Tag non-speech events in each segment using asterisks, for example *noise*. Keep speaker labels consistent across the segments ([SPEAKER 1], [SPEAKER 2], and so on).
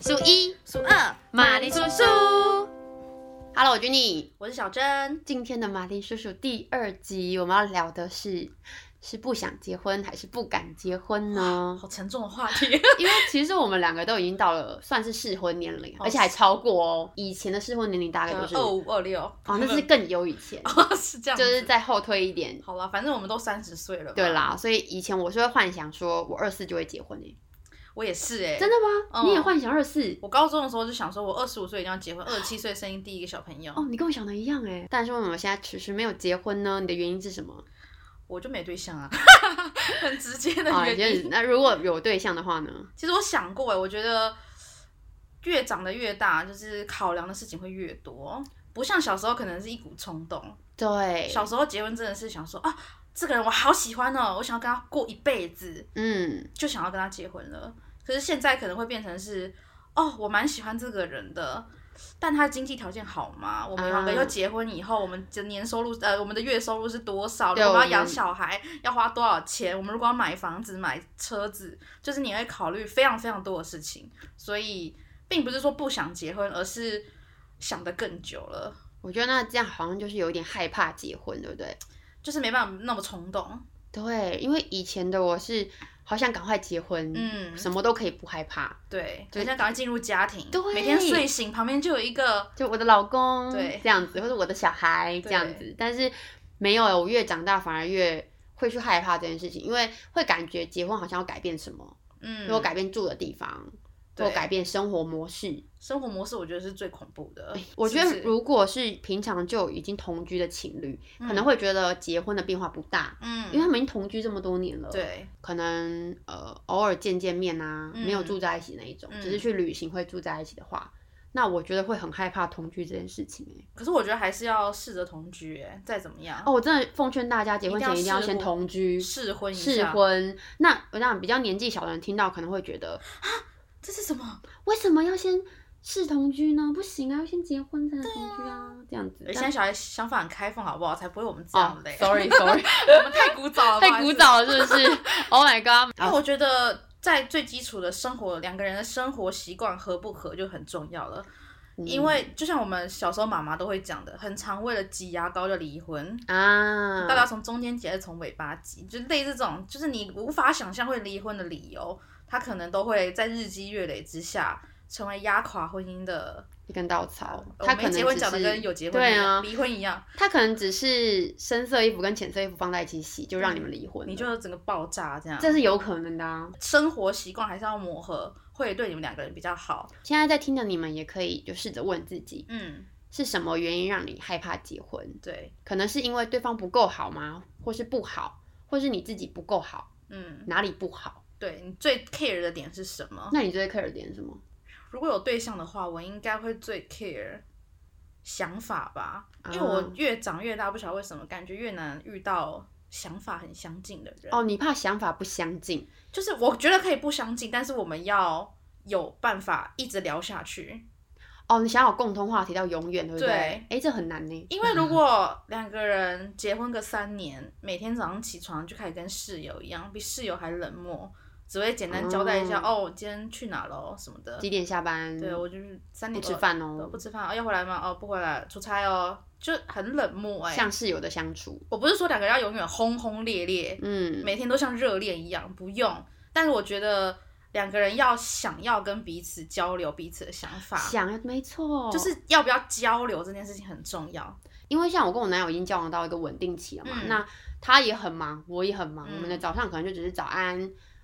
[SPEAKER 1] 数一，
[SPEAKER 2] 数二，
[SPEAKER 1] 玛丽叔叔。Hello，我 Jenny，
[SPEAKER 2] 我是小珍。
[SPEAKER 1] 今天的玛丽叔叔第二集，我们要聊的是，是不想结婚还是不敢结婚呢？ *laughs*
[SPEAKER 2] 好沉重的话题，
[SPEAKER 1] 因为其实我们两个都已经到了算是适婚年龄，
[SPEAKER 2] 哦
[SPEAKER 1] 而且还超过哦。以前的适婚年龄大概哎都是
[SPEAKER 2] 二五二六，，
[SPEAKER 1] 哦，那是更久以前
[SPEAKER 2] *laughs* 哦是这
[SPEAKER 1] *laughs*
[SPEAKER 2] 样
[SPEAKER 1] 就
[SPEAKER 2] 子，
[SPEAKER 1] 是再后退一点。
[SPEAKER 2] 好了，反正我们都三十岁了，
[SPEAKER 1] 对，啦，所以以前我是会幻想说，我二四就会结婚诶、
[SPEAKER 2] 我也是哎，
[SPEAKER 1] 真的吗？
[SPEAKER 2] 嗯
[SPEAKER 1] 你也幻想二四？
[SPEAKER 2] 我高中的时候就想说，我二十五岁一定要结婚，二十七岁生第一个小朋友，
[SPEAKER 1] 哦，你跟我想的一样诶、但是为什么现在迟迟没有结婚呢？你的原因是什么？
[SPEAKER 2] 我就没对象啊， *laughs* 很直
[SPEAKER 1] *laughs*
[SPEAKER 2] 接的
[SPEAKER 1] 啊，
[SPEAKER 2] 原
[SPEAKER 1] 就是
[SPEAKER 2] 因。
[SPEAKER 1] 那如果有对象的话呢？
[SPEAKER 2] 其实我想过哎，我觉得越长得越大，就是考量的事情会越多，不像小时候可能是一股冲动，
[SPEAKER 1] *laughs* 对，
[SPEAKER 2] 小时候结婚真的是想说啊，这个人我好喜欢哦，我想要跟他过一辈子。
[SPEAKER 1] 嗯，
[SPEAKER 2] 就想要跟他结婚了。可是现在可能会变成是，哦，我蛮喜欢这个人的，但他的经济条件好吗？我们两个
[SPEAKER 1] 啊
[SPEAKER 2] 要结婚以后，我们的年收入呃，我们的月收入是多少？
[SPEAKER 1] 对
[SPEAKER 2] 如果
[SPEAKER 1] 我
[SPEAKER 2] 要
[SPEAKER 1] 们
[SPEAKER 2] 养小孩，要花多少钱？我们如果要买房子、买车子，就是你会考虑非常非常多的事情。所以，并不是说不想结婚，而是想得更久了，
[SPEAKER 1] 我觉得那这样好像就是有点害怕结婚，对不对？
[SPEAKER 2] 就是没办法那么冲动。
[SPEAKER 1] 对，因为以前的我是好想赶快结婚，
[SPEAKER 2] 嗯，
[SPEAKER 1] 什么都可以不害怕，
[SPEAKER 2] 对，
[SPEAKER 1] 对
[SPEAKER 2] 很想赶快进入家庭，
[SPEAKER 1] 对
[SPEAKER 2] 每天睡醒旁边就有一个
[SPEAKER 1] 就我的老公
[SPEAKER 2] 对
[SPEAKER 1] 这样子，或者我的小孩这样子，但是没有，我越长大反而越。会去害怕这件事情，因为会感觉结婚好像要改变什么，
[SPEAKER 2] 嗯，
[SPEAKER 1] 如果改变住的地方，或
[SPEAKER 2] 对
[SPEAKER 1] 改变生活模式，
[SPEAKER 2] 生活模式，我觉得是最恐怖的。
[SPEAKER 1] 哎我觉
[SPEAKER 2] 是
[SPEAKER 1] 得
[SPEAKER 2] 不是
[SPEAKER 1] 如果是平常就已经同居的情侣，可能会觉得结婚的变化不大，
[SPEAKER 2] 嗯，
[SPEAKER 1] 因为他们已经同居这么多年了。，
[SPEAKER 2] 对
[SPEAKER 1] 可能呃偶尔见见面啊，
[SPEAKER 2] 嗯
[SPEAKER 1] 没有住在一起那一种，只是去旅行会住在一起的话，那我觉得会很害怕同居这件事情、欸。
[SPEAKER 2] 可是我觉得还是要试着同居，哎，再怎么样，
[SPEAKER 1] 哦，我真的奉劝大家结婚前一定要先同居。
[SPEAKER 2] 试婚一
[SPEAKER 1] 试
[SPEAKER 2] 下。
[SPEAKER 1] 婚，那我让比较年纪小的人听到可能会觉得，
[SPEAKER 2] 这是什么？
[SPEAKER 1] 为什么要先试同居呢？不行啊，要先结婚才能同居啊，这样子。
[SPEAKER 2] 哎现在小孩想法很开放，好不好？才不会我们这
[SPEAKER 1] 哦
[SPEAKER 2] 样嘞。 *laughs*
[SPEAKER 1] ，sorry sorry，
[SPEAKER 2] 我们太
[SPEAKER 1] *laughs*
[SPEAKER 2] 古早了，
[SPEAKER 1] 太古早了，是不是？Oh my god！
[SPEAKER 2] 不好意思。因为我觉得在最基础的生活，两个人的生活习惯合不合就很重要了。
[SPEAKER 1] 嗯
[SPEAKER 2] 因为就像我们小时候妈妈都会讲的，很常为了挤牙膏就离婚。
[SPEAKER 1] 啊，
[SPEAKER 2] 大家从中间挤还是从尾巴挤，就类似这种，就是你无法想象会离婚的理由，他可能都会在日积月累之下成为压垮婚姻的。
[SPEAKER 1] 一根稻草，
[SPEAKER 2] 我
[SPEAKER 1] 他可
[SPEAKER 2] 没
[SPEAKER 1] 能
[SPEAKER 2] 结婚
[SPEAKER 1] 只
[SPEAKER 2] 讲的跟
[SPEAKER 1] 是
[SPEAKER 2] 有结婚
[SPEAKER 1] 对
[SPEAKER 2] 一样
[SPEAKER 1] 啊，
[SPEAKER 2] 离婚一样，
[SPEAKER 1] 他可能只是深色衣服跟浅色衣服放在一起洗，就让你们离婚了，
[SPEAKER 2] 你就整个爆炸这样。
[SPEAKER 1] 这是有可能的啊。
[SPEAKER 2] 生活习惯还是要磨合，会对你们两个人比较好。
[SPEAKER 1] 现在在听的你们也可以就试着问自己，
[SPEAKER 2] 嗯，
[SPEAKER 1] 是什么原因让你害怕结婚？
[SPEAKER 2] 对，
[SPEAKER 1] 可能是因为对方不够好吗？或是不好，或是你自己不够好，
[SPEAKER 2] 嗯，
[SPEAKER 1] 哪里不好？
[SPEAKER 2] 对你最 care 的点是什么？
[SPEAKER 1] 那你最 care 的点是什么？
[SPEAKER 2] 如果有对象的话，我应该会最 care 想法吧，
[SPEAKER 1] 啊
[SPEAKER 2] 因为我越长越大，不晓得为什么感觉越难遇到想法很相近的人。
[SPEAKER 1] 哦，你怕想法不相近，
[SPEAKER 2] 就是我觉得可以不相近，但是我们要有办法一直聊下去。
[SPEAKER 1] 哦，你想要有共同话题到永远，对不
[SPEAKER 2] 对
[SPEAKER 1] 对？哎，这很难呢。
[SPEAKER 2] 因为如果两个人结婚个三年，每天早上起床就开始跟室友一样，比室友还冷漠，只会简单交代一下、哦，我今天去哪喽什么的。
[SPEAKER 1] 几点下班？
[SPEAKER 2] 对，我就是三
[SPEAKER 1] 不
[SPEAKER 2] 点
[SPEAKER 1] 吃饭
[SPEAKER 2] 哦
[SPEAKER 1] 哦，
[SPEAKER 2] 不吃饭哦，要回来吗？哦，不回来，出差哦，就很冷漠哎、
[SPEAKER 1] 像室友的相处，
[SPEAKER 2] 我不是说两个人要永远轰轰烈烈，
[SPEAKER 1] 嗯，
[SPEAKER 2] 每天都像热恋一样，不用。但是我觉得两个人要想要跟彼此交流彼此的想法，
[SPEAKER 1] 想没错，
[SPEAKER 2] 就是要不要交流这件事情很重要。
[SPEAKER 1] 因为像我跟我男友已经交往到一个稳定期了嘛，
[SPEAKER 2] 嗯
[SPEAKER 1] 那他也很忙，我也很忙，
[SPEAKER 2] 嗯
[SPEAKER 1] 我们的早上可能就只是早安，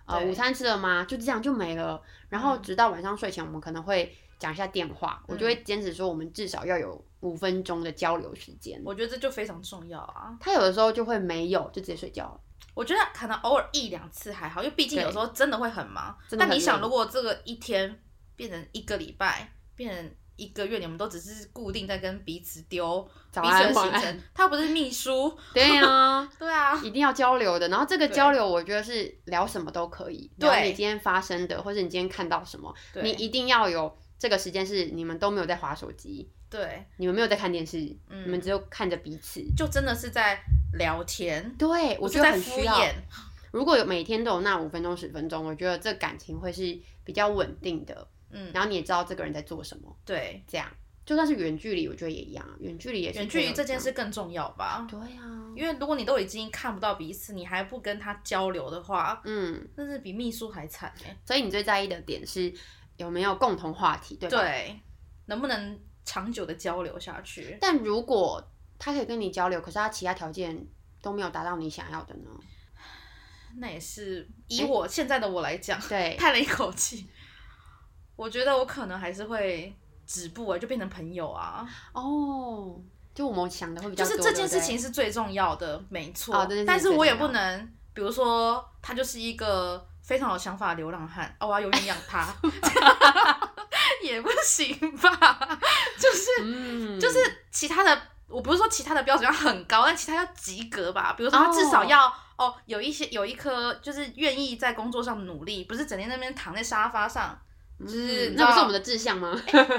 [SPEAKER 1] 呃，
[SPEAKER 2] 对嗯
[SPEAKER 1] 午餐吃了吗？就这样就没了，然后直到晚上睡前，我们可能会讲一下电话，我就会
[SPEAKER 2] 嗯
[SPEAKER 1] 坚持说我们至少要有五分钟的交流时间。
[SPEAKER 2] 我觉得这就非常重要啊。
[SPEAKER 1] 他有的时候就会没有，就直接睡觉了。
[SPEAKER 2] 我觉得可能偶尔一两次还好，因为毕竟
[SPEAKER 1] 对
[SPEAKER 2] 有时候真的会很忙。
[SPEAKER 1] 真的
[SPEAKER 2] 但
[SPEAKER 1] 很
[SPEAKER 2] 你想，
[SPEAKER 1] 累
[SPEAKER 2] 如果这个一天变成一个礼拜，变成一个月，你们都只是固定在跟彼此丢
[SPEAKER 1] 早
[SPEAKER 2] 彼此
[SPEAKER 1] 安，
[SPEAKER 2] 的
[SPEAKER 1] 晚
[SPEAKER 2] 行
[SPEAKER 1] 安，
[SPEAKER 2] 程，他又不是秘书。
[SPEAKER 1] 对呀、
[SPEAKER 2] *laughs* 对啊，
[SPEAKER 1] 一定要交流的。然后这个
[SPEAKER 2] 对
[SPEAKER 1] 交流，我觉得是聊什么都可以，
[SPEAKER 2] 对
[SPEAKER 1] 聊你今天发生的，或者你今天看到什么，你
[SPEAKER 2] 对
[SPEAKER 1] 一定要有这个时间是你们都没有在划手机，
[SPEAKER 2] 对，
[SPEAKER 1] 你们没有在看电视，
[SPEAKER 2] 嗯
[SPEAKER 1] 你们只有看着彼此。
[SPEAKER 2] 就真的是在聊天，
[SPEAKER 1] 对，我
[SPEAKER 2] 不
[SPEAKER 1] 觉
[SPEAKER 2] 是
[SPEAKER 1] 得
[SPEAKER 2] 在
[SPEAKER 1] 很
[SPEAKER 2] 敷
[SPEAKER 1] 需要，
[SPEAKER 2] 衍。
[SPEAKER 1] 如果有每天都有那五分钟十分钟，我觉得这感情会是比较稳定的，
[SPEAKER 2] 嗯，
[SPEAKER 1] 然后你也知道这个人在做什么，
[SPEAKER 2] 对，
[SPEAKER 1] 这样就算是远距离，我觉得也一样啊，远距离也是
[SPEAKER 2] 远距
[SPEAKER 1] 会
[SPEAKER 2] 离
[SPEAKER 1] 有
[SPEAKER 2] 这件
[SPEAKER 1] 样
[SPEAKER 2] 事更重要吧？
[SPEAKER 1] 对啊，
[SPEAKER 2] 因为如果你都已经看不到彼此，你还不跟他交流的话，
[SPEAKER 1] 嗯，
[SPEAKER 2] 那是比秘书还惨哎、
[SPEAKER 1] 所以你最在意的点是有没有共同话题，对吧？
[SPEAKER 2] 对，能不能长久的交流下去？
[SPEAKER 1] 但如果他可以跟你交流，可是他其他条件都没有达到你想要的呢？
[SPEAKER 2] 那也是以
[SPEAKER 1] 嗯
[SPEAKER 2] 我现在的我来讲， *laughs*
[SPEAKER 1] 对，
[SPEAKER 2] 叹了一口气。我觉得我可能还是会止步啊，就变成朋友啊。
[SPEAKER 1] 哦，就我们想的会比较多，
[SPEAKER 2] 就是这件
[SPEAKER 1] 对
[SPEAKER 2] 事
[SPEAKER 1] 不对
[SPEAKER 2] 情是最重要的，没错。
[SPEAKER 1] 哦这件事
[SPEAKER 2] 但是
[SPEAKER 1] 情
[SPEAKER 2] 我
[SPEAKER 1] 最
[SPEAKER 2] 也
[SPEAKER 1] 重要
[SPEAKER 2] 不能，比如说他就是一个非常有想法的流浪汉，哦，我要永远养他， *laughs* 也不行吧？就是、
[SPEAKER 1] 嗯，
[SPEAKER 2] 就是其他的，我不是说其他的标准要很高，但其他要及格吧。比如说他
[SPEAKER 1] 哦
[SPEAKER 2] 至少要。哦，有一些有一颗就是愿意在工作上努力，不是整天那边躺在沙发上。就是
[SPEAKER 1] 嗯那不是我们的志向吗？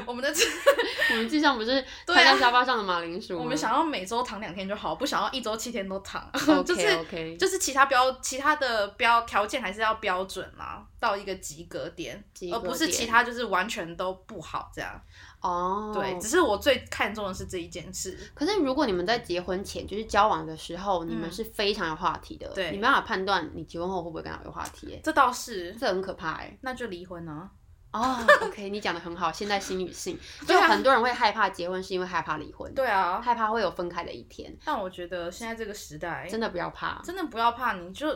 [SPEAKER 2] 我们
[SPEAKER 1] *laughs*
[SPEAKER 2] 的 *laughs*
[SPEAKER 1] 我们志向不是
[SPEAKER 2] 对
[SPEAKER 1] 躺
[SPEAKER 2] 啊
[SPEAKER 1] 在沙发上的马铃薯吗？
[SPEAKER 2] 我们想要每周躺两天就好，不想要一周七天都躺。 *laughs* 就是
[SPEAKER 1] *laughs* OK OK，
[SPEAKER 2] 就是其他标其他的标条件还是要标准啦，到一个及格点，
[SPEAKER 1] 及
[SPEAKER 2] 而
[SPEAKER 1] 格
[SPEAKER 2] 不是
[SPEAKER 1] 点
[SPEAKER 2] 其他就是完全都不好这样。
[SPEAKER 1] 哦，
[SPEAKER 2] 对，只是我最看重的是这一件事。
[SPEAKER 1] 可是，如果你们在结婚前，就是交往的时候，你们
[SPEAKER 2] 嗯
[SPEAKER 1] 是非常有话题的，
[SPEAKER 2] 对
[SPEAKER 1] 你没办法判断你结婚后会不会跟他有话题、欸，
[SPEAKER 2] 这倒是，
[SPEAKER 1] 这很可怕哎、
[SPEAKER 2] 那就离婚啊。
[SPEAKER 1] *laughs* 哦、o k 你讲的很好。现在新女
[SPEAKER 2] *laughs*
[SPEAKER 1] 性，
[SPEAKER 2] 对
[SPEAKER 1] 就
[SPEAKER 2] 啊
[SPEAKER 1] 很多人会害怕结婚，是因为害怕离婚，
[SPEAKER 2] 对啊，
[SPEAKER 1] 害怕会有分开的一天。
[SPEAKER 2] 但我觉得现在这个时代，
[SPEAKER 1] 真的不要怕，
[SPEAKER 2] 真的不要怕，你就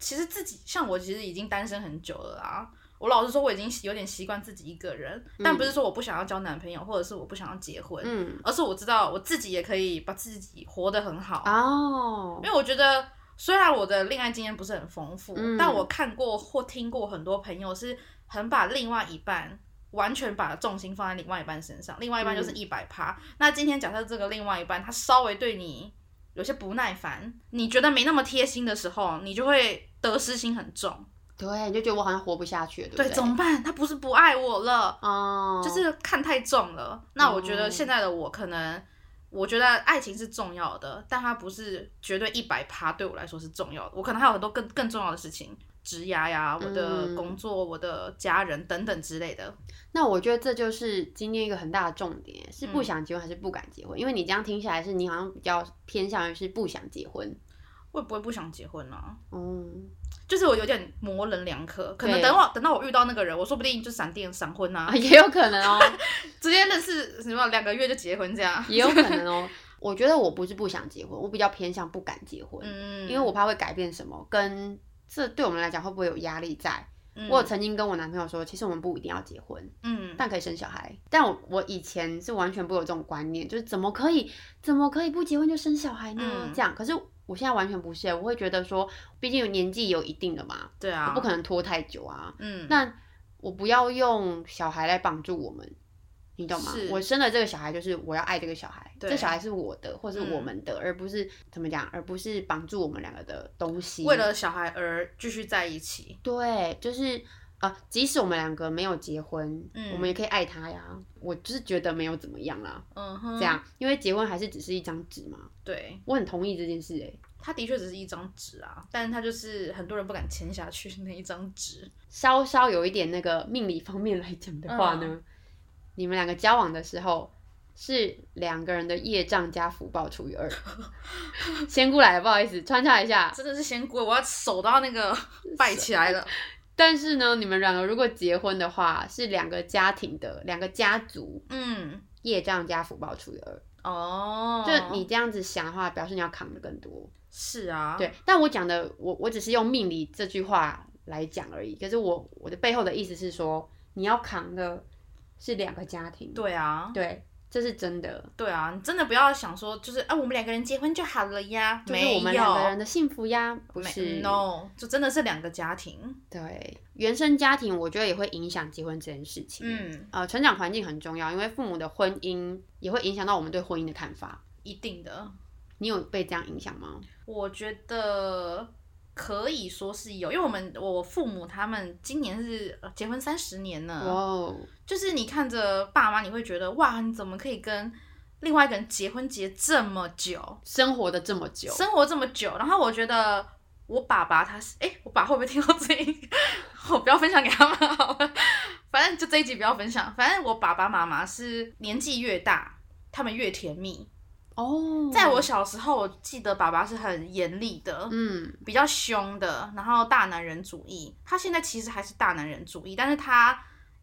[SPEAKER 2] 其实自己像我，其实已经单身很久了啦。我老实说，我已经有点习惯自己一个人，但不是说我不想要交男朋友，或者是我不想要结婚，
[SPEAKER 1] 嗯，
[SPEAKER 2] 而是我知道我自己也可以把自己活得很好。
[SPEAKER 1] 哦，
[SPEAKER 2] 因为我觉得，虽然我的恋爱经验不是很丰富，
[SPEAKER 1] 嗯
[SPEAKER 2] 但我看过或听过很多朋友是很把另外一半完全把重心放在另外一半身上，另外一
[SPEAKER 1] 嗯
[SPEAKER 2] 半就是一百趴。那今天假设这个另外一半他稍微对你有些不耐烦，你觉得没那么贴心的时候，你就会得失心很重。
[SPEAKER 1] 对，你就觉得我好像活不下去了，对不
[SPEAKER 2] 对，
[SPEAKER 1] 对？
[SPEAKER 2] 怎么办？他不是不爱我了，
[SPEAKER 1] 哦，
[SPEAKER 2] 就是看太重了。那我觉得
[SPEAKER 1] 哦
[SPEAKER 2] 现在的我可能，我觉得爱情是重要的，但它不是绝对一百趴对我来说是重要的。我可能还有很多更更重要的事情，职涯呀、我的
[SPEAKER 1] 嗯
[SPEAKER 2] 工作、我的家人等等之类的。
[SPEAKER 1] 那我觉得这就是今天一个很大的重点，是不
[SPEAKER 2] 嗯
[SPEAKER 1] 想结婚还是不敢结婚？因为你这样听起来是你好像比较偏向于是不想结婚，
[SPEAKER 2] 会不会不想结婚呢、
[SPEAKER 1] 嗯。
[SPEAKER 2] 就是我有点模棱两可，可能
[SPEAKER 1] 对
[SPEAKER 2] 等我等到我遇到那个人，我说不定就闪电闪婚啊
[SPEAKER 1] *laughs* 啊，， *laughs* 也有可能哦，
[SPEAKER 2] 直接认识什么两个月就结婚这
[SPEAKER 1] *laughs*
[SPEAKER 2] 样。
[SPEAKER 1] 也有可能哦。我觉得我不是不想结婚，我比较偏向不敢结婚，
[SPEAKER 2] 嗯，
[SPEAKER 1] 因为我怕会改变什么，跟这对我们来讲会不会有压力在？我有曾经跟我男朋友说，其实我们不一定要结婚，
[SPEAKER 2] 嗯，
[SPEAKER 1] 但可以生小孩。但我我以前是完全不有这种观念，就是怎么可以怎么可以不结婚就生小孩呢？
[SPEAKER 2] 嗯
[SPEAKER 1] 这样，可是我现在完全不是，我会觉得说，毕竟年纪有一定的嘛，
[SPEAKER 2] 对
[SPEAKER 1] 我
[SPEAKER 2] 啊，
[SPEAKER 1] 不可能拖太久啊。
[SPEAKER 2] 嗯，
[SPEAKER 1] 那我不要用小孩来绑住我们，你懂吗
[SPEAKER 2] 是？
[SPEAKER 1] 我生了这个小孩，就是我要爱这个小孩，
[SPEAKER 2] 对
[SPEAKER 1] 这小孩是我的，或是
[SPEAKER 2] 嗯
[SPEAKER 1] 我们的，而不是怎么讲，而不是绑住我们两个的东西。
[SPEAKER 2] 为了小孩而继续在一起。
[SPEAKER 1] 对，就是呃，即使我们两个没有结婚，
[SPEAKER 2] 嗯
[SPEAKER 1] 我们也可以爱他呀。我就是觉得没有怎么样啦，
[SPEAKER 2] 嗯哼，
[SPEAKER 1] 这样，因为结婚还是只是一张纸嘛。
[SPEAKER 2] 对，
[SPEAKER 1] 我很同意这件事、欸，
[SPEAKER 2] 它的确只是一张纸啊，但是它就是很多人不敢签下去那一张纸。
[SPEAKER 1] 稍稍有一点那个命理方面来讲的话呢，
[SPEAKER 2] 嗯
[SPEAKER 1] 你们两个交往的时候是两个人的业障加福报除以
[SPEAKER 2] *laughs*
[SPEAKER 1] 二。仙姑来了，不好意思，穿插一下。
[SPEAKER 2] 啊真的是仙姑，我要手到那个拜起来了。
[SPEAKER 1] 但是呢，你们两个如果结婚的话，是两个家庭的两个家族
[SPEAKER 2] 嗯，
[SPEAKER 1] 业障加福报除以二。
[SPEAKER 2] 哦，
[SPEAKER 1] 就你这样子想的话，表示你要扛的更多。
[SPEAKER 2] 是啊，
[SPEAKER 1] 对，但我讲的，我我只是用命理这句话来讲而已。可是我我的背后的意思是说，你要扛的是两个家庭。
[SPEAKER 2] 对啊，
[SPEAKER 1] 对，这是真的，
[SPEAKER 2] 对啊，你真的不要想说就是啊，我们两个人结婚就好了呀，
[SPEAKER 1] 就是
[SPEAKER 2] 没
[SPEAKER 1] 我们两个人的幸福呀，不
[SPEAKER 2] 有，没
[SPEAKER 1] 是
[SPEAKER 2] no，就真的是两个家庭。
[SPEAKER 1] 对原生家庭，我觉得也会影响结婚这件事情。，
[SPEAKER 2] 嗯，
[SPEAKER 1] 呃，成长环境很重要，因为父母的婚姻也会影响到我们对婚姻的看法。
[SPEAKER 2] 一定的，
[SPEAKER 1] 你有被这样影响吗？
[SPEAKER 2] 我觉得。可以说是有，因为我们我父母他们今年是呃结婚三十年了，
[SPEAKER 1] 哇哦，
[SPEAKER 2] 就是你看着爸妈，你会觉得哇，你怎么可以跟另外一个人结婚结这么久，
[SPEAKER 1] 生活的这么久，
[SPEAKER 2] 生活这么久？然后我觉得我爸爸他是，哎、我爸会不会听到这一？ *laughs* 我不要分享给他们好了，反正就这一集不要分享。反正我爸爸妈妈是年纪越大，他们越甜蜜。
[SPEAKER 1] 哦，
[SPEAKER 2] 在我小时候，我记得爸爸是很严厉的，
[SPEAKER 1] 嗯
[SPEAKER 2] 比较凶的，然后大男人主义。他现在其实还是大男人主义，但是他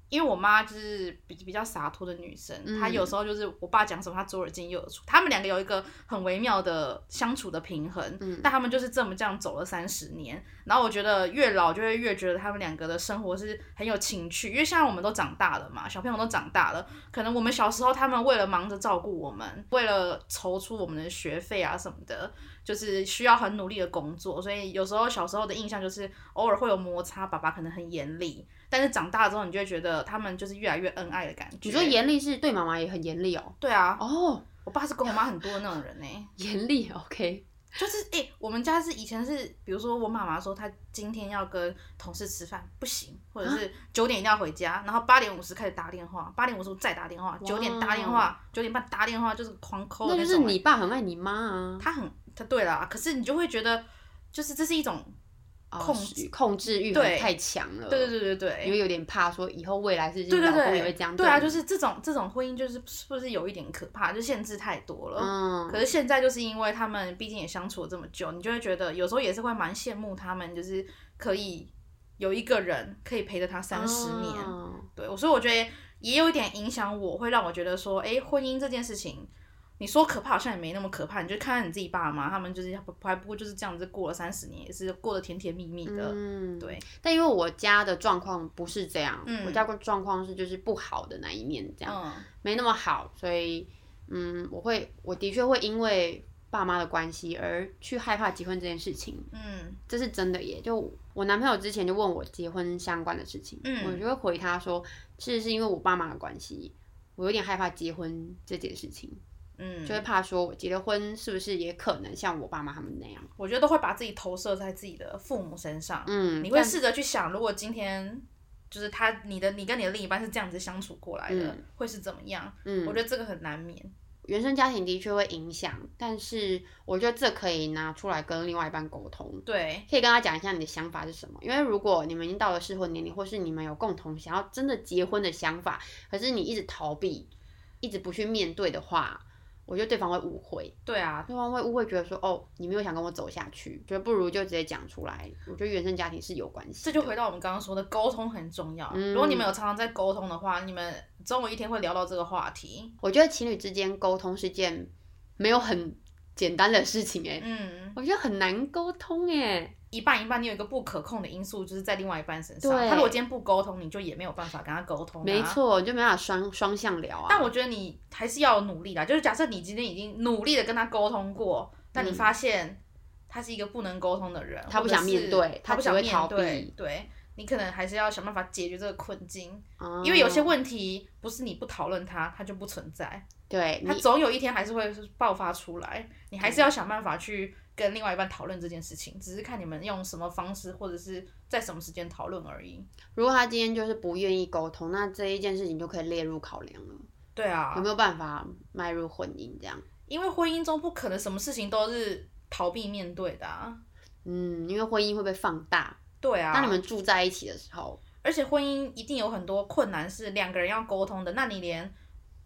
[SPEAKER 2] 因为我妈就是比比较洒脱的女生，
[SPEAKER 1] 嗯
[SPEAKER 2] 她有时候就是我爸讲什么，她左耳进右耳出。他们两个有一个很微妙的相处的平衡，
[SPEAKER 1] 嗯
[SPEAKER 2] 但他们就是这么这样走了三十年。然后我觉得越老就会越觉得他们两个的生活是很有情趣，因为现在我们都长大了嘛，小朋友都长大了，可能我们小时候他们为了忙着照顾我们，为了筹出我们的学费啊什么的，就是需要很努力的工作，所以有时候小时候的印象就是偶尔会有摩擦，爸爸可能很严厉，但是长大之后你就会觉得他们就是越来越恩爱的感觉。
[SPEAKER 1] 你说？严厉是对妈妈也很严厉哦。
[SPEAKER 2] 对啊，
[SPEAKER 1] 哦，
[SPEAKER 2] 我爸是跟我妈很多的那种人呢、欸
[SPEAKER 1] 严厉，OK， *laughs*
[SPEAKER 2] 就是诶、我们家是以前是，比如说我妈妈说她今天要跟同事吃饭不行，或者
[SPEAKER 1] 啊
[SPEAKER 2] 是九点一定要回家，然后八点五十开始打电话，八点五十再打电话，九点打电话，九点半打电话，就是狂扣。
[SPEAKER 1] 那就是你爸很爱你妈啊，
[SPEAKER 2] 他很他对啦，可是你就会觉得，就是这是一种，
[SPEAKER 1] 哦
[SPEAKER 2] 控制
[SPEAKER 1] 控制欲
[SPEAKER 2] 对
[SPEAKER 1] 很太强了。
[SPEAKER 2] 对对对对
[SPEAKER 1] 呃因为
[SPEAKER 2] 对。
[SPEAKER 1] 有点怕说以后未来是不
[SPEAKER 2] 对
[SPEAKER 1] 是
[SPEAKER 2] 对
[SPEAKER 1] 老公也会
[SPEAKER 2] 对
[SPEAKER 1] 这样
[SPEAKER 2] 对啊，
[SPEAKER 1] 你
[SPEAKER 2] 就是这种这种婚姻，就是是不是有一点可怕？就限制太多了。
[SPEAKER 1] 嗯
[SPEAKER 2] 可是现在就是因为他们毕竟也相处了这么久，你就会觉得有时候也是会蛮羡慕他们，就是可以有一个人可以陪着他三十年。
[SPEAKER 1] 哦
[SPEAKER 2] 对，所以我觉得也有一点影响我，会让我觉得说，哎，婚姻这件事情，你说可怕好像也没那么可怕，你就看看你自己爸妈，他们就是还不过就是这样子过了三十年，也是过得甜甜蜜蜜的。
[SPEAKER 1] 嗯，
[SPEAKER 2] 对。
[SPEAKER 1] 但因为我家的状况不是这样，
[SPEAKER 2] 嗯
[SPEAKER 1] 我家的状况是就是不好的那一面这样。
[SPEAKER 2] 嗯
[SPEAKER 1] 没那么好，所以嗯，我会我的确会因为爸妈的关系而去害怕结婚这件事情，
[SPEAKER 2] 嗯
[SPEAKER 1] 这是真的耶。就我男朋友之前就问我结婚相关的事情，
[SPEAKER 2] 嗯
[SPEAKER 1] 我就会回他说，其实是因为我爸妈的关系，我有点害怕结婚这件事情，
[SPEAKER 2] 嗯，
[SPEAKER 1] 就会怕说我结了婚是不是也可能像我爸妈他们那样，
[SPEAKER 2] 我觉得都会把自己投射在自己的父母身上。
[SPEAKER 1] 嗯，
[SPEAKER 2] 你会试着去想，如果今天就是他，你的你跟你的另一半是这样子相处过来的，
[SPEAKER 1] 嗯
[SPEAKER 2] 会是怎么样？
[SPEAKER 1] 嗯
[SPEAKER 2] 我觉得这个很难免。
[SPEAKER 1] 原生家庭的确会影响，但是我觉得这可以拿出来跟另外一半沟通。
[SPEAKER 2] 对，
[SPEAKER 1] 可以跟他讲一下你的想法是什么，因为如果你们已经到了适婚年龄，或是你们有共同想要真的结婚的想法，可是你一直逃避，一直不去面对的话，我觉得对方会误会，
[SPEAKER 2] 对啊，
[SPEAKER 1] 对方会误会觉得说，哦，你没有想跟我走下去，觉得不如就直接讲出来。我觉得原生家庭是有关系
[SPEAKER 2] 这
[SPEAKER 1] 的，
[SPEAKER 2] 就回到我们刚刚说的沟通很重要。
[SPEAKER 1] 嗯
[SPEAKER 2] 如果你们有常常在沟通的话，你们总有一天会聊到这个话题。
[SPEAKER 1] 我觉得情侣之间沟通是件没有很简单的事情、欸，
[SPEAKER 2] 嗯，
[SPEAKER 1] 我觉得很难沟通、欸，
[SPEAKER 2] 一半一半，你有一个不可控的因素，就是在另外一半身上。
[SPEAKER 1] 对
[SPEAKER 2] 他如果今天不沟通，你就也没有办法跟他沟通、啊
[SPEAKER 1] 没。错，就没办法双双向聊啊。
[SPEAKER 2] 但我觉得你还是要努力啦。就是假设你今天已经努力的跟他沟通过，但你发现他是一个不能沟通的人，
[SPEAKER 1] 嗯他不想
[SPEAKER 2] 或者是
[SPEAKER 1] 面对
[SPEAKER 2] 他
[SPEAKER 1] 他
[SPEAKER 2] 不
[SPEAKER 1] 只
[SPEAKER 2] 想
[SPEAKER 1] 会
[SPEAKER 2] 面
[SPEAKER 1] 逃避
[SPEAKER 2] 对，对你可能还是要想办法解决这个困境，
[SPEAKER 1] 嗯
[SPEAKER 2] 因为有些问题不是你不讨论它，它就不存在，
[SPEAKER 1] 对
[SPEAKER 2] 它
[SPEAKER 1] 你
[SPEAKER 2] 总有一天还是会爆发出来。你还是要想办法去跟另外一半讨论这件事情，只是看你们用什么方式或者是在什么时间讨论而已。
[SPEAKER 1] 如果他今天就是不愿意沟通，那这一件事情就可以列入考量了，
[SPEAKER 2] 对啊，
[SPEAKER 1] 有没有办法迈入婚姻这样？
[SPEAKER 2] 因为婚姻中不可能什么事情都是逃避面对的啊。
[SPEAKER 1] 嗯，因为婚姻会被放大，
[SPEAKER 2] 对啊，
[SPEAKER 1] 当你们住在一起的时候，
[SPEAKER 2] 而且婚姻一定有很多困难是两个人要沟通的，那你连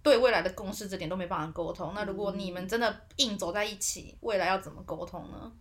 [SPEAKER 2] 对未来的共识这点都没办法沟通，那如果你们真的硬走在一起，未来要怎么沟通呢？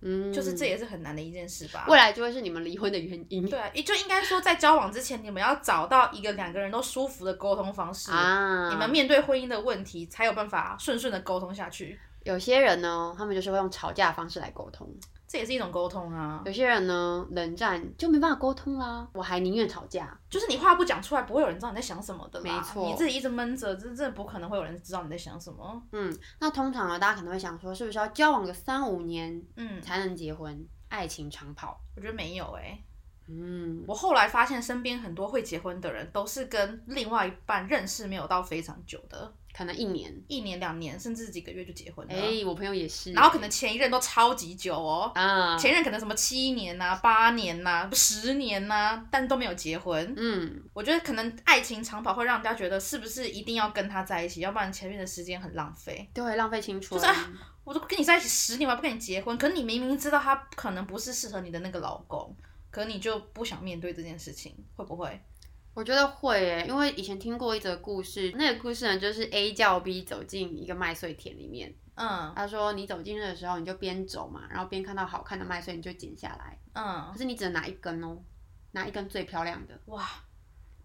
[SPEAKER 1] 嗯，
[SPEAKER 2] 就是啊这也是很难的一件事吧。
[SPEAKER 1] 未来就会是你们离婚的原
[SPEAKER 2] *laughs*
[SPEAKER 1] 因
[SPEAKER 2] 对啊，也就应该说，在交往之前，你们要找到一个两个人都舒服的沟通方式，
[SPEAKER 1] 啊。
[SPEAKER 2] 你们面对婚姻的问题才有办法顺顺的沟通下去，
[SPEAKER 1] 有些人呢，他们就是会用吵架的方式来沟通；
[SPEAKER 2] 这也是一种沟通啊。
[SPEAKER 1] 有些人呢，冷战就没办法沟通啦，我还宁愿吵架。
[SPEAKER 2] 就是你话不讲出来，不会有人知道你在想什么的啦。
[SPEAKER 1] 没错
[SPEAKER 2] 你自己一直闷着，真真的不可能会有人知道你在想什么。
[SPEAKER 1] 嗯，那通常呢，大家可能会想说，是不是要交往个三五年
[SPEAKER 2] 嗯，
[SPEAKER 1] 才能结婚？爱情长跑，
[SPEAKER 2] 我觉得没有哎、
[SPEAKER 1] 嗯，
[SPEAKER 2] 我后来发现，身边很多会结婚的人都是跟另外一半认识没有到非常久的，
[SPEAKER 1] 可能一年。
[SPEAKER 2] 一年、两年，甚至几个月就结婚了。
[SPEAKER 1] 哎、我朋友也是，
[SPEAKER 2] 嗯然后可能前一任都超级久哦，
[SPEAKER 1] 啊，
[SPEAKER 2] 前任可能什么七年呐、八年呐、十年呐、但都没有结婚。
[SPEAKER 1] 嗯，
[SPEAKER 2] 我觉得可能爱情长跑会让人家觉得是不是一定要跟他在一起，要不然前面的时间很浪费。
[SPEAKER 1] 对，浪费青春。
[SPEAKER 2] 就是啊我都跟你在一起十年，我还不跟你结婚，可是你明明知道他可能不是适合你的那个老公，可你就不想面对这件事情，会不会？
[SPEAKER 1] 我觉得会耶，因为以前听过一则故事，那个故事呢就是 A 叫 B 走进一个麦穗田里面，
[SPEAKER 2] 嗯
[SPEAKER 1] 他说你走进去的时候你就边走嘛，然后边看到好看的麦穗你就剪下来，
[SPEAKER 2] 嗯，
[SPEAKER 1] 可是你只能拿一根哦，拿一根最漂亮的。
[SPEAKER 2] 哇，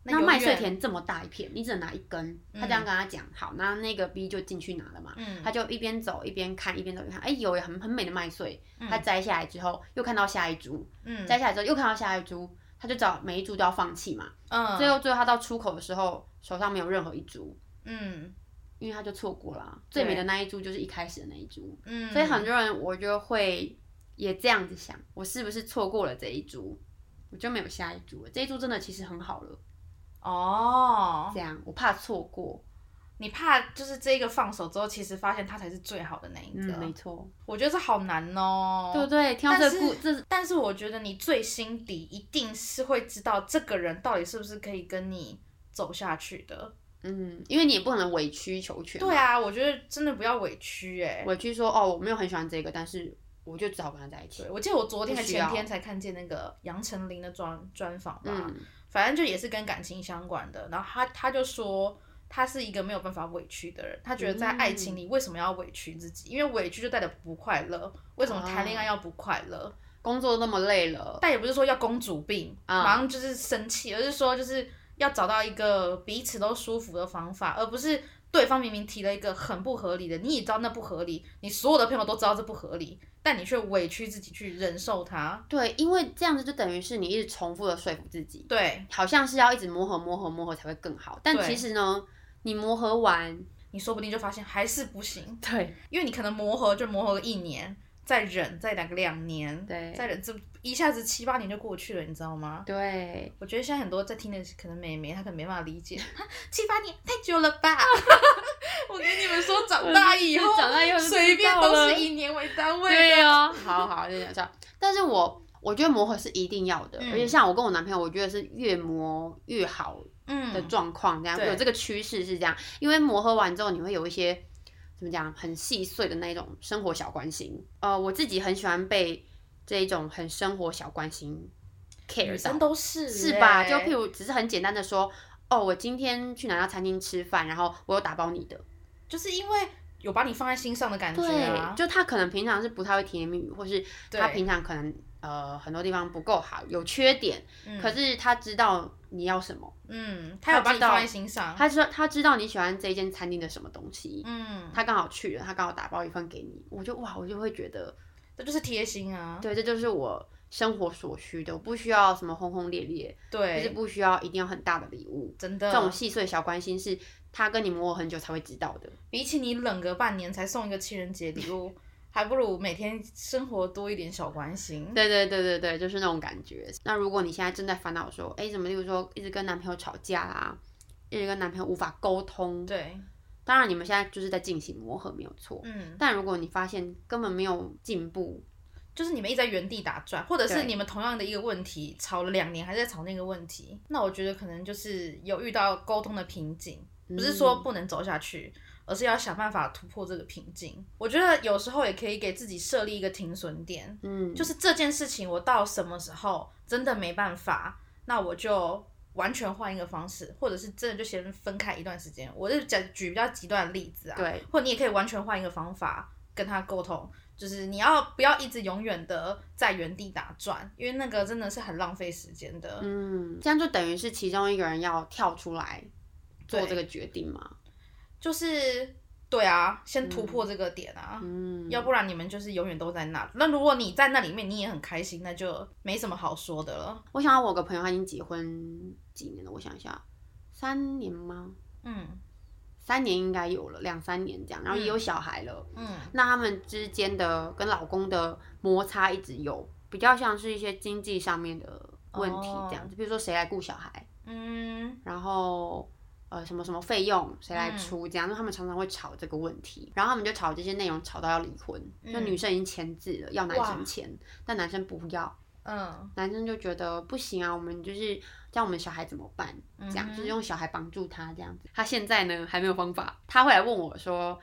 [SPEAKER 1] 那
[SPEAKER 2] 永
[SPEAKER 1] 麦穗
[SPEAKER 2] 远，
[SPEAKER 1] 田这么大一片，你只能拿一根。他这样跟他讲，好，那那个 B 就进去拿了嘛。
[SPEAKER 2] 嗯，
[SPEAKER 1] 他就一边走一边看，一边走一边看，哎、有很很美的麦穗，
[SPEAKER 2] 嗯
[SPEAKER 1] 他摘下来之后又看到下一株，
[SPEAKER 2] 嗯
[SPEAKER 1] 摘下来之后又看到下一株，他就找每一株都要放弃嘛。
[SPEAKER 2] 嗯
[SPEAKER 1] 最后最后他到出口的时候，手上没有任何一株，
[SPEAKER 2] 嗯
[SPEAKER 1] 因为他就错过了啊、最
[SPEAKER 2] 对
[SPEAKER 1] 美的那一株就是一开始的那一株，
[SPEAKER 2] 嗯，
[SPEAKER 1] 所以很多人我就会也这样子想，我是不是错过了这一株，我就没有下一株了？这一株真的其实很好了，
[SPEAKER 2] 哦，
[SPEAKER 1] 这样我怕错过，
[SPEAKER 2] 你怕就是这个放手之后，其实发现他才是最好的那一个，
[SPEAKER 1] 嗯，没错，
[SPEAKER 2] 我觉得这好难哦，
[SPEAKER 1] 对不对？听到这
[SPEAKER 2] 但
[SPEAKER 1] 个
[SPEAKER 2] 是
[SPEAKER 1] 故这是
[SPEAKER 2] 但是我觉得你最心底一定是会知道这个人到底是不是可以跟你走下去的。
[SPEAKER 1] 嗯，因为你也不可能委曲求全，
[SPEAKER 2] 对，啊，我觉得真的不要委屈哎、
[SPEAKER 1] 委屈说哦我没有很喜欢这个，但是我就只好跟他在一起
[SPEAKER 2] 对，，我记得我昨天还
[SPEAKER 1] 不需要
[SPEAKER 2] 前天才看见那个杨丞琳的专专访吧，
[SPEAKER 1] 嗯
[SPEAKER 2] 反正就也是跟感情相关的。然后他他就说，他是一个没有办法委屈的人，他觉得在
[SPEAKER 1] 嗯
[SPEAKER 2] 爱情里为什么要委屈自己？因为委屈就代表不快乐。为什么谈恋爱要不快乐？
[SPEAKER 1] 工作那么累了，
[SPEAKER 2] 但也不是说要公主病，
[SPEAKER 1] 啊
[SPEAKER 2] 马上就是生气，而是说就是要找到一个彼此都舒服的方法，而不是对方明明提了一个很不合理的，你也知道那不合理，你所有的朋友都知道这不合理，但你却委屈自己去忍受它。
[SPEAKER 1] 对，因为这样子就等于是你一直重复的说服自己，
[SPEAKER 2] 对，
[SPEAKER 1] 好像是要一直磨合、磨合、磨合才会更好。但
[SPEAKER 2] 对
[SPEAKER 1] 其实呢，你磨合完，
[SPEAKER 2] 你说不定就发现还是不行，
[SPEAKER 1] 对
[SPEAKER 2] 因为你可能磨合就磨合了一年，再忍再两个两年，
[SPEAKER 1] 对
[SPEAKER 2] 再忍这一下子七八年就过去了，你知道吗？
[SPEAKER 1] 对，
[SPEAKER 2] 我觉得现在很多在听的可能妹妹，她可能没办法理解， *laughs* 哈七八年太久了吧？ *laughs* 我跟你们说，长大以后
[SPEAKER 1] 长大以后就知道了
[SPEAKER 2] 随便都是以年为单位的。
[SPEAKER 1] 对哦，好好就讲这样。但是我我觉得磨合是一定要的，
[SPEAKER 2] 嗯
[SPEAKER 1] 而且像我跟我男朋友，我觉得是越磨越好的
[SPEAKER 2] 嗯，
[SPEAKER 1] 状况，这样、
[SPEAKER 2] 对
[SPEAKER 1] 有这个趋势是这样，因为磨合完之后，你会有一些怎么讲，很细碎的那种生活小关心。呃，我自己很喜欢被这一种很生活小关心 care 到
[SPEAKER 2] 女生。都是
[SPEAKER 1] 是吧？
[SPEAKER 2] 欸
[SPEAKER 1] 就譬如只是很简单的说，哦，我今天去哪家餐厅吃饭，然后我有打包你的。
[SPEAKER 2] 就是因为有把你放在心上的感觉啊
[SPEAKER 1] 对，。就他可能平常是不太会甜言蜜语，或是他
[SPEAKER 2] 对
[SPEAKER 1] 平常可能呃很多地方不够好，有缺点，
[SPEAKER 2] 嗯
[SPEAKER 1] 可是他知道你要什么，
[SPEAKER 2] 嗯，他有把你放在心上。
[SPEAKER 1] 他知道他知道你喜欢这一间餐厅的什么东西。
[SPEAKER 2] 嗯，
[SPEAKER 1] 他刚好去了，他刚好打包一份给你，我就哇，我就会觉得，
[SPEAKER 2] 这就是贴心啊。
[SPEAKER 1] 对，这就是我生活所需的，我不需要什么轰轰烈烈，就是
[SPEAKER 2] 对，
[SPEAKER 1] 不需要一定要很大的礼物，
[SPEAKER 2] 真的。
[SPEAKER 1] 这种细碎小关心是他跟你磨合很久才会知道的。
[SPEAKER 2] 比起你冷个半年才送一个情人节礼物，还不如每天生活多一点小关心。
[SPEAKER 1] 对对对对对，就是那种感觉。那如果你现在正在烦恼说，哎，怎么，例如说一直跟男朋友吵架啊，一直跟男朋友无法沟通，
[SPEAKER 2] 对，
[SPEAKER 1] 当然你们现在就是在进行磨合，没有错。
[SPEAKER 2] 嗯。
[SPEAKER 1] 但如果你发现根本没有进步，
[SPEAKER 2] 就是你们一直在原地打转，或者是
[SPEAKER 1] 对
[SPEAKER 2] 你们同样的一个问题吵了两年，还在吵那个问题，那我觉得可能就是有遇到沟通的瓶颈，不是说
[SPEAKER 1] 嗯
[SPEAKER 2] 不能走下去，而是要想办法突破这个瓶颈。我觉得有时候也可以给自己设立一个停损点，
[SPEAKER 1] 嗯，
[SPEAKER 2] 就是这件事情我到什么时候真的没办法，那我就完全换一个方式，或者是真的就先分开一段时间。我就讲举比较极端的例子啊，
[SPEAKER 1] 对，
[SPEAKER 2] 或你也可以完全换一个方法跟他沟通，就是你要不要一直永远的在原地打转，因为那个真的是很浪费时间的。
[SPEAKER 1] 嗯，这样就等于是其中一个人要跳出来做
[SPEAKER 2] 对
[SPEAKER 1] 这个决定嘛。
[SPEAKER 2] 就是对啊，先突破这个点啊，
[SPEAKER 1] 嗯，
[SPEAKER 2] 要不然你们就是永远都在那。那如果你在那里面你也很开心，那就没什么好说的了。
[SPEAKER 1] 我想到我有个朋友，他已经结婚几年了，我想一下，三年吗？
[SPEAKER 2] 嗯
[SPEAKER 1] 三年应该有了，两三年这样，然后也有小孩了。
[SPEAKER 2] 嗯
[SPEAKER 1] 那他们之间的跟老公的摩擦一直有，比较像是一些经济
[SPEAKER 2] 哦
[SPEAKER 1] 上面的问题这样子，比如说谁来顾小孩，
[SPEAKER 2] 嗯
[SPEAKER 1] 然后呃什么什么费用谁来出这样，那、他们常常会吵这个问题，然后他们就吵这些内容吵到要离婚，就
[SPEAKER 2] 嗯
[SPEAKER 1] 女生已经签字了，要男
[SPEAKER 2] 哇
[SPEAKER 1] 生签，但男生不要，
[SPEAKER 2] 嗯，
[SPEAKER 1] 男生就觉得不行啊，我们就是叫我们小孩怎么办？
[SPEAKER 2] 嗯
[SPEAKER 1] 这样、就是
[SPEAKER 2] 哼
[SPEAKER 1] 用小孩绑住他这样子。他现在呢还没有方法，他会来问我说，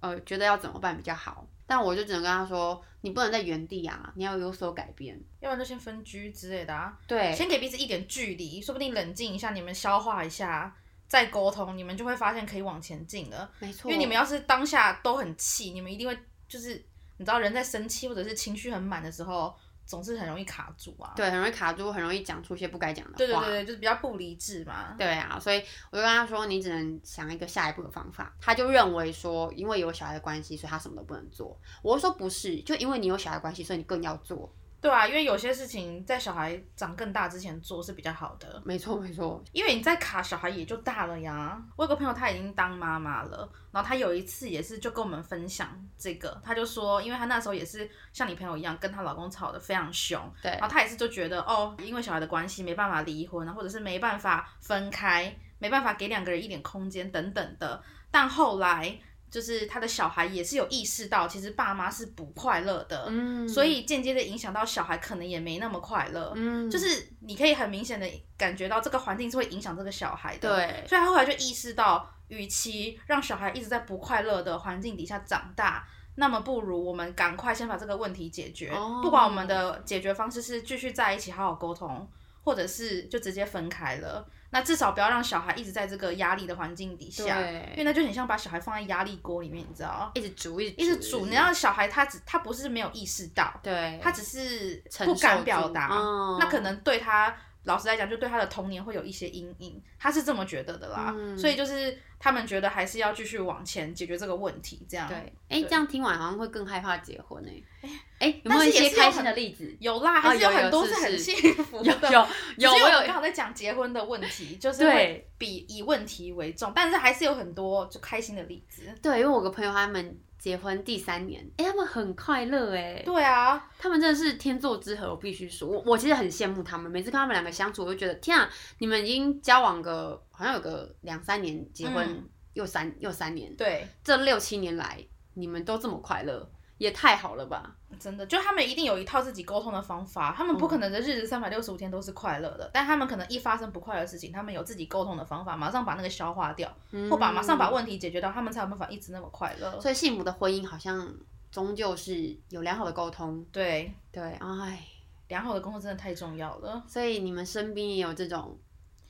[SPEAKER 1] 呃，觉得要怎么办比较好？但我就只能跟他说，你不能在原地啊，你要有所改变。
[SPEAKER 2] 要不然就先分居之类的啊，
[SPEAKER 1] 对，
[SPEAKER 2] 先给彼此一点距离，说不定冷静一下，你们消化一下，再沟通，你们就会发现可以往前进了。
[SPEAKER 1] 没错，
[SPEAKER 2] 因为你们要是当下都很气，你们一定会就是你知道人在生气或者是情绪很满的时候，总是很容易卡住啊。
[SPEAKER 1] 对很容易卡住，很容易讲出一些不该讲的话。
[SPEAKER 2] 对对对对，就是比较不理智嘛。
[SPEAKER 1] 对啊，所以我就跟他说，你只能想一个下一步的方法。他就认为说，因为有小孩的关系，所以他什么都不能做。我就说不是，就因为你有小孩的关系，所以你更要做。
[SPEAKER 2] 对啊，因为有些事情在小孩长更大之前做是比较好的，
[SPEAKER 1] 没错，没错，
[SPEAKER 2] 因为你在卡小孩也就大了呀。我有个朋友他已经当妈妈了，然后他有一次也是就跟我们分享这个，他就说，因为他那时候也是像你朋友一样跟她老公吵得非常凶，
[SPEAKER 1] 对
[SPEAKER 2] 然后她也是就觉得哦，因为小孩的关系没办法离婚，或者是没办法分开，没办法给两个人一点空间等等的。但后来就是她的小孩也是有意识到，其实爸妈是不快乐的，
[SPEAKER 1] 嗯
[SPEAKER 2] 所以间接的影响到小孩可能也没那么快乐。
[SPEAKER 1] 嗯，
[SPEAKER 2] 就是你可以很明显的感觉到这个环境是会影响这个小孩的，
[SPEAKER 1] 对
[SPEAKER 2] 所以他后来就意识到，与其让小孩一直在不快乐的环境底下长大，那么不如我们赶快先把这个问题解决。
[SPEAKER 1] 哦
[SPEAKER 2] 不管我们的解决方式是继续在一起好好沟通，或者是就直接分开了，那至少不要让小孩一直在这个压力的环境底下，因为
[SPEAKER 1] 对，
[SPEAKER 2] 那就很像把小孩放在压力锅里面，你知道，
[SPEAKER 1] 一直煮，一直
[SPEAKER 2] 一直煮，你
[SPEAKER 1] 要
[SPEAKER 2] 让小孩他只他不是没有意识到，
[SPEAKER 1] 对，
[SPEAKER 2] 他只是
[SPEAKER 1] 承
[SPEAKER 2] 不敢
[SPEAKER 1] 受
[SPEAKER 2] 表
[SPEAKER 1] 住
[SPEAKER 2] 达，
[SPEAKER 1] 嗯
[SPEAKER 2] 那可能对他老实来讲，就对他的童年会有一些阴影，他是这么觉得的啦。
[SPEAKER 1] 嗯
[SPEAKER 2] 所以就是他们觉得还是要继续往前解决这个问题，这样。
[SPEAKER 1] 对，哎，这样听完好像会更害怕结婚哎。哎，有
[SPEAKER 2] 但
[SPEAKER 1] 没有
[SPEAKER 2] 是
[SPEAKER 1] 一
[SPEAKER 2] 也
[SPEAKER 1] 些
[SPEAKER 2] 是
[SPEAKER 1] 开
[SPEAKER 2] 有
[SPEAKER 1] 心
[SPEAKER 2] 很
[SPEAKER 1] 的例
[SPEAKER 2] *laughs*
[SPEAKER 1] 子？
[SPEAKER 2] 有啦，还是
[SPEAKER 1] 哦有
[SPEAKER 2] 很
[SPEAKER 1] 有
[SPEAKER 2] 多
[SPEAKER 1] 是
[SPEAKER 2] 很
[SPEAKER 1] 是 *laughs*
[SPEAKER 2] 幸福
[SPEAKER 1] 有
[SPEAKER 2] *laughs* 的。
[SPEAKER 1] 有
[SPEAKER 2] 只
[SPEAKER 1] 有，
[SPEAKER 2] 是
[SPEAKER 1] 我
[SPEAKER 2] 们刚好在讲结婚的问题，就是会
[SPEAKER 1] 对
[SPEAKER 2] 比以问题为重，但是还是有很多就开心的例子。
[SPEAKER 1] 对，因为我有个朋友他们结婚第三年，哎，他们很快乐哎，
[SPEAKER 2] 对啊，
[SPEAKER 1] 他们真的是天作之合，我必须说，我我其实很羡慕他们。每次跟他们两个相处，我就觉得天啊，你们已经交往个好像有个两三年，结婚、
[SPEAKER 2] 嗯
[SPEAKER 1] 又三又三年，
[SPEAKER 2] 对，
[SPEAKER 1] 这六七年来你们都这么快乐，也太好了吧？
[SPEAKER 2] 真的，就他们一定有一套自己沟通的方法，他们不
[SPEAKER 1] 嗯
[SPEAKER 2] 可能的日子三百六十五天都是快乐的，但他们可能一发生不快乐的事情，他们有自己沟通的方法，马上把那个消化掉，
[SPEAKER 1] 嗯
[SPEAKER 2] 或把马上把问题解决掉，他们才有办法一直那么快乐。
[SPEAKER 1] 所以幸福的婚姻好像终究是有良好的沟通，
[SPEAKER 2] 对，
[SPEAKER 1] 对，哎，
[SPEAKER 2] 良好的工作真的太重要了，
[SPEAKER 1] 所以你们身边也有这种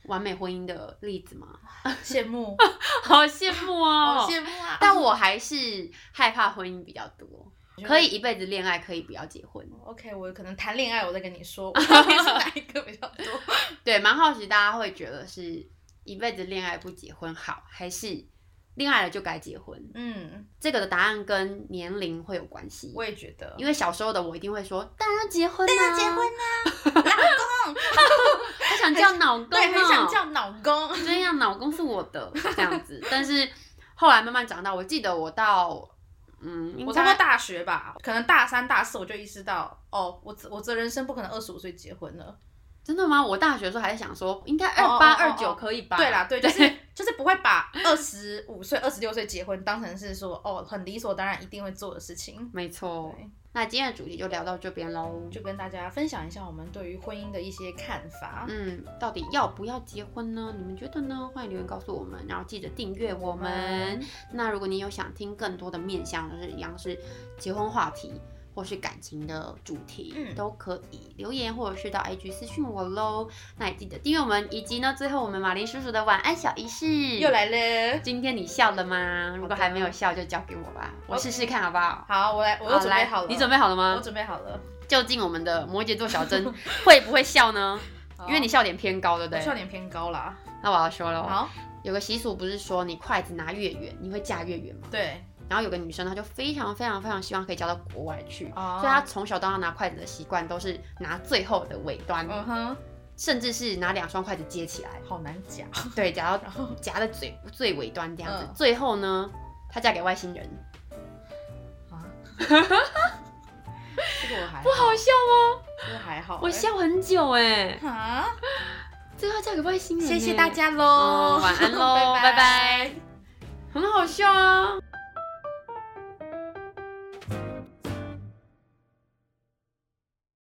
[SPEAKER 1] 完美婚姻的例子吗？
[SPEAKER 2] 羡慕，
[SPEAKER 1] *laughs* 好羡慕哦，
[SPEAKER 2] 好羡慕啊！
[SPEAKER 1] 但我还是害怕婚姻比较多，可以一辈子恋爱，可以不要结婚。
[SPEAKER 2] OK，我可能谈恋爱，我再跟你说，我到底是哪一个比较
[SPEAKER 1] *laughs*
[SPEAKER 2] 多？
[SPEAKER 1] 对，蛮好奇大家会觉得是一辈子恋爱不结婚好，还是恋爱了就该结婚？
[SPEAKER 2] 嗯，
[SPEAKER 1] 这个的答案跟年龄会有关系。
[SPEAKER 2] 我也觉得，
[SPEAKER 1] 因为小时候的我一定会说，当然要结婚啦、
[SPEAKER 2] 结婚
[SPEAKER 1] 啦、*laughs*
[SPEAKER 2] 老公，
[SPEAKER 1] 我想叫老公、哦，
[SPEAKER 2] 对，很想叫老公，
[SPEAKER 1] 这样，老公是我 *laughs* 的这样子。但是后来慢慢长大，我记得我到嗯，应
[SPEAKER 2] 我差不
[SPEAKER 1] 该
[SPEAKER 2] 多大学吧，可能大三、大四我就意识到，哦，我这我这人生不可能二十五岁结婚了。
[SPEAKER 1] 真的吗？我大学的时候还在想说，应该
[SPEAKER 2] 哦哦
[SPEAKER 1] 二
[SPEAKER 2] 哦
[SPEAKER 1] 八
[SPEAKER 2] 哦
[SPEAKER 1] 二九可以吧？
[SPEAKER 2] 对啦，对，就是 *laughs* 就是不会把二十五岁、二十六岁结婚当成是说，哦，很理所当然一定会做的事情。
[SPEAKER 1] 没错
[SPEAKER 2] 对。
[SPEAKER 1] 那今天的主题就聊到这边喽。
[SPEAKER 2] 就跟大家分享一下我们对于婚姻的一些看法。
[SPEAKER 1] 嗯，到底要不要结婚呢？你们觉得呢？欢迎留言告诉我们，然后记得订阅我们。那如果你有想听更多的面向，就是一样是结婚话题或是感情的主题，
[SPEAKER 2] 嗯
[SPEAKER 1] 都可以留言或者是到 IG 私讯我喽。那也记得订阅我们，以及呢，最后我们马林叔叔的晚安小仪式
[SPEAKER 2] 又。来了，
[SPEAKER 1] 今天你笑了吗？如
[SPEAKER 2] 好的
[SPEAKER 1] 果还没有笑，就交给我吧，我试试看好不好？
[SPEAKER 2] 好，我来，我又准备
[SPEAKER 1] 来
[SPEAKER 2] 好了。
[SPEAKER 1] 你准备好了
[SPEAKER 2] 我
[SPEAKER 1] 吗？
[SPEAKER 2] 准备好了，
[SPEAKER 1] 究竟我们的摩羯座小珍会不会笑呢？
[SPEAKER 2] *laughs* 好
[SPEAKER 1] 因为你笑点偏高，对不
[SPEAKER 2] 我
[SPEAKER 1] 对？
[SPEAKER 2] 笑点偏高啦。
[SPEAKER 1] 那我要说了哦，
[SPEAKER 2] 好，
[SPEAKER 1] 有个习俗不是说你筷子拿越远，你会嫁越远吗？
[SPEAKER 2] 对，
[SPEAKER 1] 然后有个女生，她就非常非常非常希望可以嫁到国外去，
[SPEAKER 2] 哦
[SPEAKER 1] 所以她从小到大拿筷子的习惯都是拿最后的尾端，
[SPEAKER 2] 嗯哼，
[SPEAKER 1] 甚至是拿两双筷子接起
[SPEAKER 2] *laughs*
[SPEAKER 1] 来，
[SPEAKER 2] 好难讲。
[SPEAKER 1] 对，夹到
[SPEAKER 2] 然后
[SPEAKER 1] 夹在最最尾端这样子。
[SPEAKER 2] 嗯
[SPEAKER 1] 最后呢，她嫁给外星人，
[SPEAKER 2] 啊，这个我还
[SPEAKER 1] 不好，笑吗？
[SPEAKER 2] 哦这个还好欸。
[SPEAKER 1] 我笑很久哎、
[SPEAKER 2] 啊，
[SPEAKER 1] 这个要嫁给
[SPEAKER 2] 嗯
[SPEAKER 1] 外星人。欸 *laughs*
[SPEAKER 2] 谢谢大，家喽、
[SPEAKER 1] 哦晚安喽
[SPEAKER 2] 拜
[SPEAKER 1] 拜拜很好笑啊。